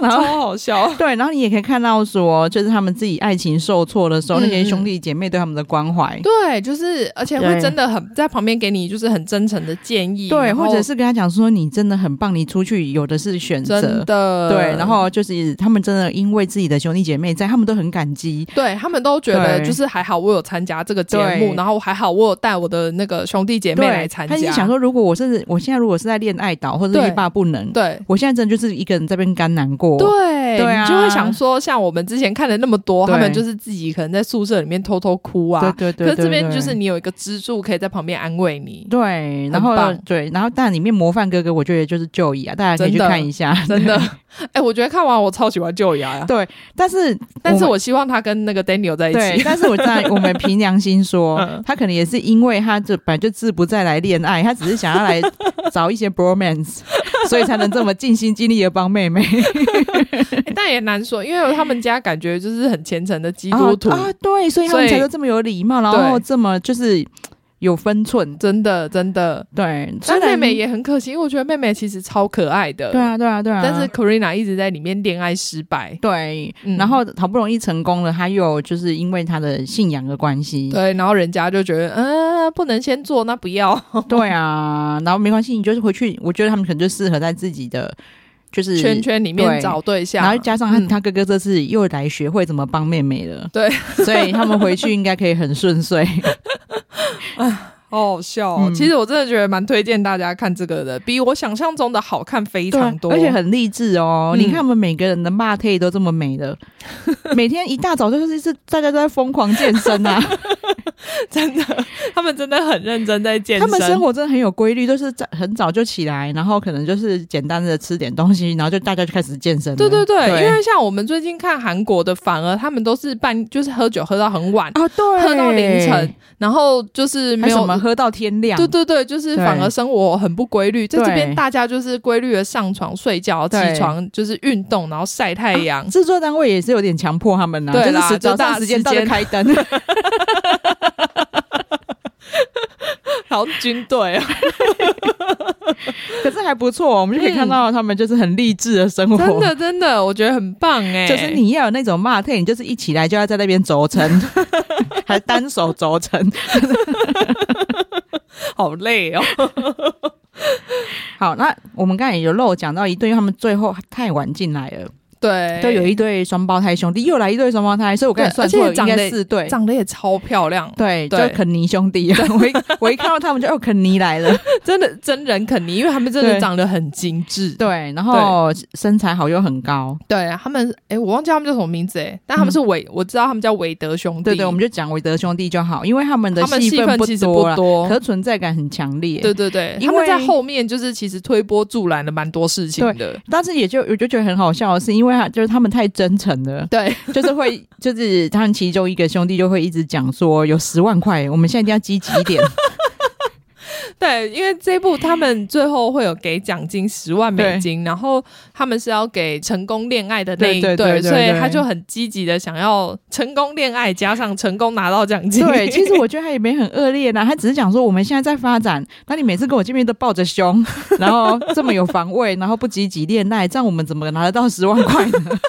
A: 然
B: 哎超
A: 后
B: 好笑，
A: 对，然后你也可以看到说，就是他们自己爱情受挫的时候，那些
B: 嗯嗯
A: 兄弟姐妹对他们的关怀，
B: 对，就是而且会
A: 对
B: 真的很在旁边给你就是很真诚的建议，
A: 对，
B: 然后
A: 或者是跟他讲说，你真的很棒，你出去有的是选择，
B: 真的
A: 对，然。后就是他们真的因为自己的兄弟姐妹在，他们都很感激。
B: 对他们都觉得
A: 对
B: 就是还好，我有参加这个节目，
A: 对
B: 然后还好我有带我的那个兄弟姐妹来
A: 对，
B: 参
A: 他
B: 加。
A: 就想说，如果我是我现在如果是在恋爱岛或者
B: 对
A: 是欲罢不能，
B: 对
A: 我现在真的就是一个人在边干难过。
B: 对，
A: 对啊
B: 你就会想说，像我们之前看了那么多，
A: 对
B: 他们就是自己可能在宿舍里面偷偷哭啊。
A: 对对对
B: 可是这边
A: 对
B: 就是你有一个支柱可以在旁边安 慰你，
A: 对，然
B: 很
A: 后
B: 棒
A: 对，然后但里面模范哥哥，我觉得就是就义啊，大家可以去
B: 真的
A: 看一下。
B: 真的。哎、我觉得看完我超喜欢舅牙呀，
A: 对，但是
B: 但是
A: 我
B: 我希望他跟那个 Daniel 在一
A: 们对，
B: 起。
A: 但是我在我们凭良心说
B: 嗯，
A: 他可能也是因为他就本来就志不再来恋爱，他只是想要 来找一些 bromance，所以才能这么尽心尽力的帮妹妹。
B: 哎 但也难说，因为他们家感觉就是很虔诚的 基督徒，
A: 啊啊，对，所以他
B: 所
A: 们
B: 以
A: 才会这么有礼貌，然
B: 对
A: 后这么就是有分寸。
B: 真的真的。
A: 对，虽
B: 但
A: 然
B: 妹妹也很可惜，因为我觉得妹妹其实超可爱的。
A: 对啊，对啊，对啊，
B: 但是 Corina 一直在里面恋爱失败，
A: 对
B: 嗯，
A: 然后好不容易成功了，他又就是因为他的信仰的关系，
B: 对，然后人家就觉得，嗯、不能先做，那不要
A: 对啊，然后没关系，你就是回去，我觉得他们可能就适合在自己的就是
B: 圈圈里面
A: 对
B: 找对象，
A: 然后加上他、
B: 嗯
A: 他哥哥这次又来学会怎么帮妹妹了，
B: 对，
A: 所以他们回去应该可以很顺遂。
B: 好好笑、哦
A: 嗯
B: 其实我真的觉得蛮推荐大家看这个的，比我想象中的好看非
A: 对，
B: 常多，
A: 而且很励志哦。
B: 嗯
A: 你看我们每个人的骂腿都这么美 的，每天一大早就是是大家都在疯狂健身 啊，
B: 真的，他们真的很认真在健
A: 他
B: 身，
A: 们生活真的很有规律，就是在很早就起来，然后可能就是简单的吃点东西，然后就大家就开始健身了。
B: 对对对，
A: 对
B: 因为像我们最近看韩国的，反而他们都是半就是喝酒喝到很晚，
A: 啊，对，
B: 喝到凌晨，，然后就是
A: 还
B: 没
A: 什
B: 有
A: 么喝到天亮，
B: 对对对，就是
A: 对
B: 反而生活很不规律，在
A: 对
B: 这边大家就是规律的上床睡觉、起
A: 对
B: 床，就是运动，然后晒太阳。
A: 制作单位也是有点强迫他们呐、
B: 对
A: 就
B: 啦
A: 是
B: 就
A: 早
B: 大
A: 上
B: 家
A: 时间
B: 时
A: 到就
B: 间
A: 开灯，
B: 然后军队啊，
A: 可是还不错，我们就可以看到他们就是很励志的生活。
B: 嗯真的真的，我觉得很棒哎、
A: 就是你要有那种骂退，你就是一起来就要在那边轴承， 还单手轴承。
B: 好累哦，
A: 好，那我们刚才也有漏讲到一对，因为他们最后太晚进来了，
B: 对，
A: 都有一对双胞胎兄弟，又来一对双胞胎，所以我刚才
B: 对
A: 算错
B: 而
A: 了，
B: 且长
A: 应
B: 得
A: 该四对。
B: 长得也超漂亮，
A: 对，就
B: 对
A: 肯尼兄弟，啊我一我一看到他们就哦，肯尼来了，
B: 真的真人肯尼，因为他们真的
A: 对
B: 长得很精致，
A: 对，然后身材好又很高，
B: 对他们，哎，我忘记他们叫什么名字哎，但他们是韦，我知道他们叫韦德兄弟，
A: 对对，我们就讲韦德兄弟就好，因为他们的
B: 他们
A: 戏份
B: 份
A: 不
B: 其实
A: 多
B: 不
A: 啦，
B: 多，
A: 可存在感很强烈，
B: 对对对，
A: 因
B: 他们在
A: 为
B: 后面就是其实推波助澜了蛮多事情的，，
A: 但是也就我就觉得很好笑的是，因为他就是他们太真诚了
B: 对，
A: 就是会就是他们其中一个兄弟就会一直讲说有十万块，我们现在一定要积极一点，
B: 对，因为这部他们最后会有给奖金十万美金，然后他们是要给成功恋爱的那一
A: 对
B: 对，
A: 对对对
B: 所以
A: 对
B: 他就很积极的想要成功恋爱，加上成功拿到奖金。
A: 对， 其实我觉得他也没很恶劣啦，他只是讲说我们现在在发展，那你每次跟我见面都抱着胸，然后这么有防卫，然后不积极恋爱，这样我们怎么拿得到十万块呢？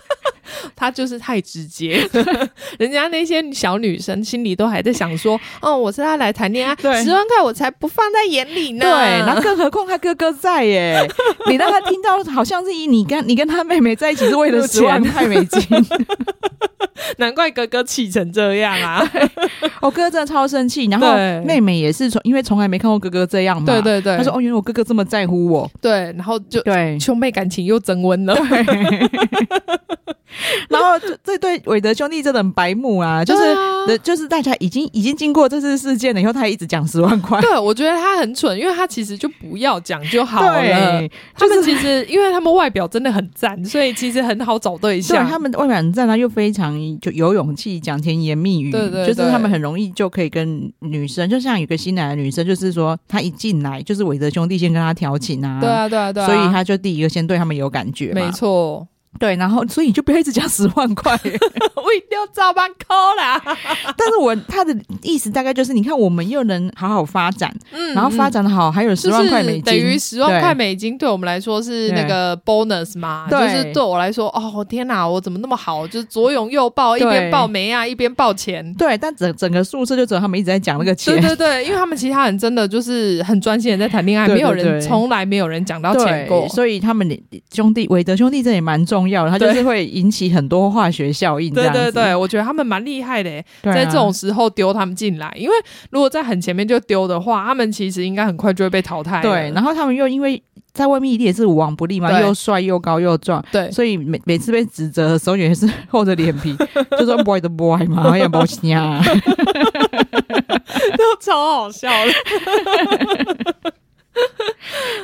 B: 他就是太直接， 人家那些小女生心里都还在想说，哦，我是他来谈恋爱，
A: 对
B: 十万块我才不放在眼里呢。
A: 对，然后更何况他哥哥在耶，你让他听到好像是你跟你跟他妹妹在一起是为了十万块美金，
B: 难怪哥哥气成这样啊！
A: 我哦哥哥真的超生气，然后
B: 对
A: 妹妹也是从因为从来没看过哥哥这样嘛，
B: 对对对，
A: 他说哦，原来我哥哥这么在乎我，
B: 对，然后就
A: 对，
B: 兄妹感情又增温了。
A: 然后这这对韦德兄弟真的很白目啊，就是
B: 对啊
A: 呃就是大家已经已经经过这次事件了以后，他还一直讲十万块，
B: 对，我觉得他很蠢，因为他其实就不要讲就 好了。
A: 对，
B: 他
A: 就
B: 们
A: 是。
B: 其实，因为他们外表真的很赞，所以其实很好找对
A: 对
B: 象。
A: 他们外表很赞，他又非常就有勇气讲甜言蜜语，
B: 对对
A: 就是
B: 对
A: 他们很容易就可以跟女生，就像有个新来的女生，就是说她一进来就是韦德兄弟先跟她调情啊，
B: 对啊，对啊，对啊，
A: 所以他就第一个先对他们有感觉嘛，
B: 没错，
A: 对，然后所以你就不要一直讲十万块，
B: 我一定要照搬抠啦。
A: 但是我他的意思大概就是，你看我们又能好好发展，
B: 嗯
A: 然后发展的好，还有十万块美金，
B: 就是、等于十万块美金，对我们来说是那个 bonus 嘛？就
A: 对
B: 是对我来说，哦天哪，我怎么那么好？就是左拥右抱，一
A: 对
B: 边抱梅啊，一边抱钱。
A: 对。对，但整整个宿舍就只有他们一直在讲那个钱
B: 对。对对，因为他们其他人真的就是很专心的在谈恋爱，
A: 对对
B: 没有人
A: 对
B: 从来没有人讲到钱过
A: 对，。所以他们兄弟韦德兄弟这也蛮重要的，他就是会引起很多化学效应这
B: 对
A: 样子。
B: 对对，我觉得他们蛮厉害的耶，欸
A: 对啊，
B: 在这种时候丢他们进来，因为如果在很前面就丢的话，他们其实应该很快就会被淘汰了。
A: 啊对，然后他们又因为在外面一定也是无往不利嘛，
B: 对
A: 又帅又高又壮，
B: 对
A: 所以每每次被指责的时候也是 厚着脸皮，就说 boy 的 boy 嘛，好像不行啊。
B: 都 超好笑的。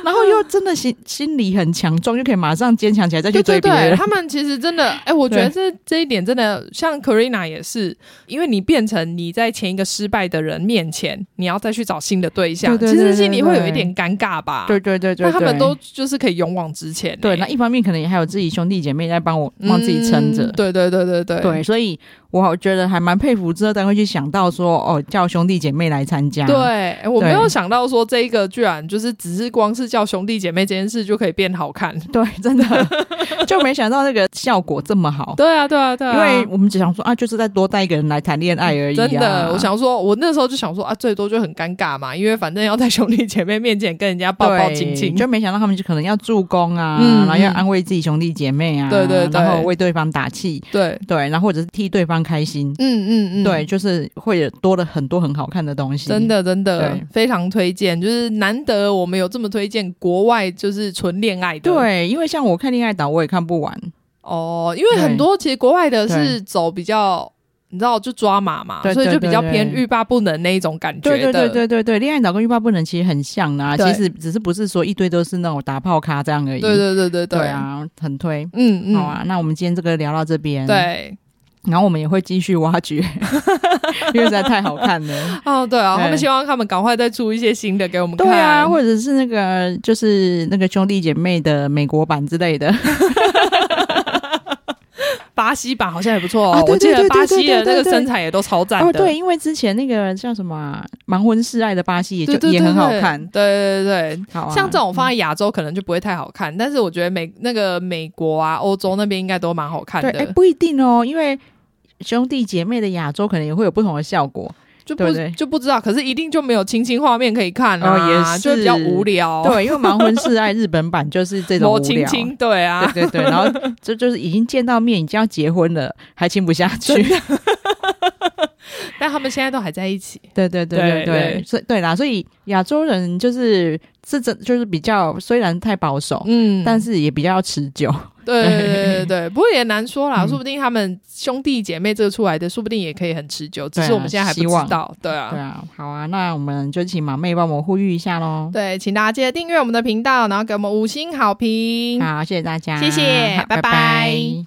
A: 然后又真的心心理很强壮，就可以马上坚强起来再去
B: 对
A: 追
B: 对
A: 别人
B: 对，。他们其实真的，哎、我觉得这这一点真的，像 Karina 也是，因为你变成你在前一个失败的人面前，你要再去找新的对象，
A: 对对
B: 其
A: 对
B: 实心里会有一
A: 对
B: 点尴尬吧？
A: 对对对对
B: 那他们
A: 对
B: 都就是可以勇往直前欸、
A: 对，那一方面可能也还有自己兄弟姐妹在帮我帮自己撑着。
B: 嗯对对对对对
A: 对，所以我好觉得还蛮佩服这单位去想到说，哦，叫兄弟姐妹来参加。
B: 对，哎我
A: 啊对
B: 没有想到说这一个居然就是只是光是叫兄弟姐妹这件事就可以变好看。
A: 对，真的就没想到那个效果这么好。
B: 对啊，对啊，对啊，
A: 因为我们只想说啊，就是再多带一个人来谈恋爱而已、啊。
B: 真的，我想说，我那时候就想说啊，最多就很尴尬嘛，因为反正要在兄弟姐妹面前跟人家抱抱
A: 对
B: 亲亲，
A: 就没想到他们就可能要助攻啊，
B: 嗯
A: 然后要安慰自己兄弟姐妹啊，
B: 对对对
A: 然后为对方打气，
B: 对，
A: 对，然后或者是替对方开心，
B: 嗯嗯嗯，
A: 对，，就是会有多了很多很好看的东西。
B: 真，的真的
A: 对
B: 非常推荐，就是难得我们有这么推荐国外就是纯恋爱的，
A: 对，因为像我看恋爱岛，我也看不完，
B: 哦，因为
A: 对
B: 很多其实国外的是走比较。你知道就抓马嘛，
A: 对
B: 所以
A: 对
B: 就比较
A: 对
B: 偏
A: 对
B: 欲罢不能那一种感觉
A: 对对
B: 的。
A: 对对对对，恋爱岛跟欲罢不能其实很像啦，
B: 对
A: 其实只是不是说一堆都是那种打炮咖这样而已。
B: 对对对对对
A: 对！啊，很推。
B: 嗯嗯，
A: 好啊，那我们今天这个聊到这边，，
B: 对
A: 然后我们也会继续挖 掘，因为实在太好看了。
B: 哦对啊，
A: 对
B: 他们希望他们赶快再出一些新的给我们看。
A: 对啊，或者是那个就是那个兄弟姐妹的美国版之类的，
B: 巴西版好像也不错
A: 啊
B: 哦，
A: 对
B: 我记
A: 对
B: 得
A: 对
B: 巴
A: 对
B: 西的
A: 对
B: 那个
A: 对
B: 身材也都超赞
A: 哦，
B: 的。
A: 对，因为之前那个叫什么啊盲婚试爱的巴西也就
B: 对对
A: 也
B: 对
A: 很好
B: 对
A: 看，
B: 对对对对，
A: 好啊
B: 像这种放在亚洲可能就不会太好看，但是我觉得美那个美国啊、欧洲那边应该都蛮好看
A: 对，
B: 的，
A: 哎，不一定哦，因为兄弟姐妹的亚洲可能也会有不同的效果。
B: 就不
A: 对对
B: 就不知道，可是一定就没有亲亲画面可以看啊，
A: 哦也是
B: 就比较无聊。，
A: 对，因为盲婚试爱日本版就是这种无
B: 摸
A: 聊。
B: 亲亲，对啊。
A: 对对对，然后这就是已经见到面，已经要结婚了，还亲不下去。
B: 但他们现在都还在一起，
A: 对对对
B: 对
A: 对
B: 对
A: 对，所以对啦，所以亚洲人就是是真就是比较虽然太保守，
B: 嗯，
A: 哦
B: 啊
A: 但是也比较持久。
B: 对对对对对，不过也难说啦，
A: 嗯
B: 说不定他们兄弟姐妹这个出来的，说不定也可以很持久，只
A: 对啊
B: 是我们现在还不
A: 希望
B: 知道，对
A: 对
B: 啊。
A: 啊，好啊，那我们就请马妹帮我们呼吁一下喽。
B: 对，请大家记得订阅我们的频道，然后给我们五星好评。
A: 好，谢谢大家，
B: 谢谢
A: 好
B: 拜拜
A: 拜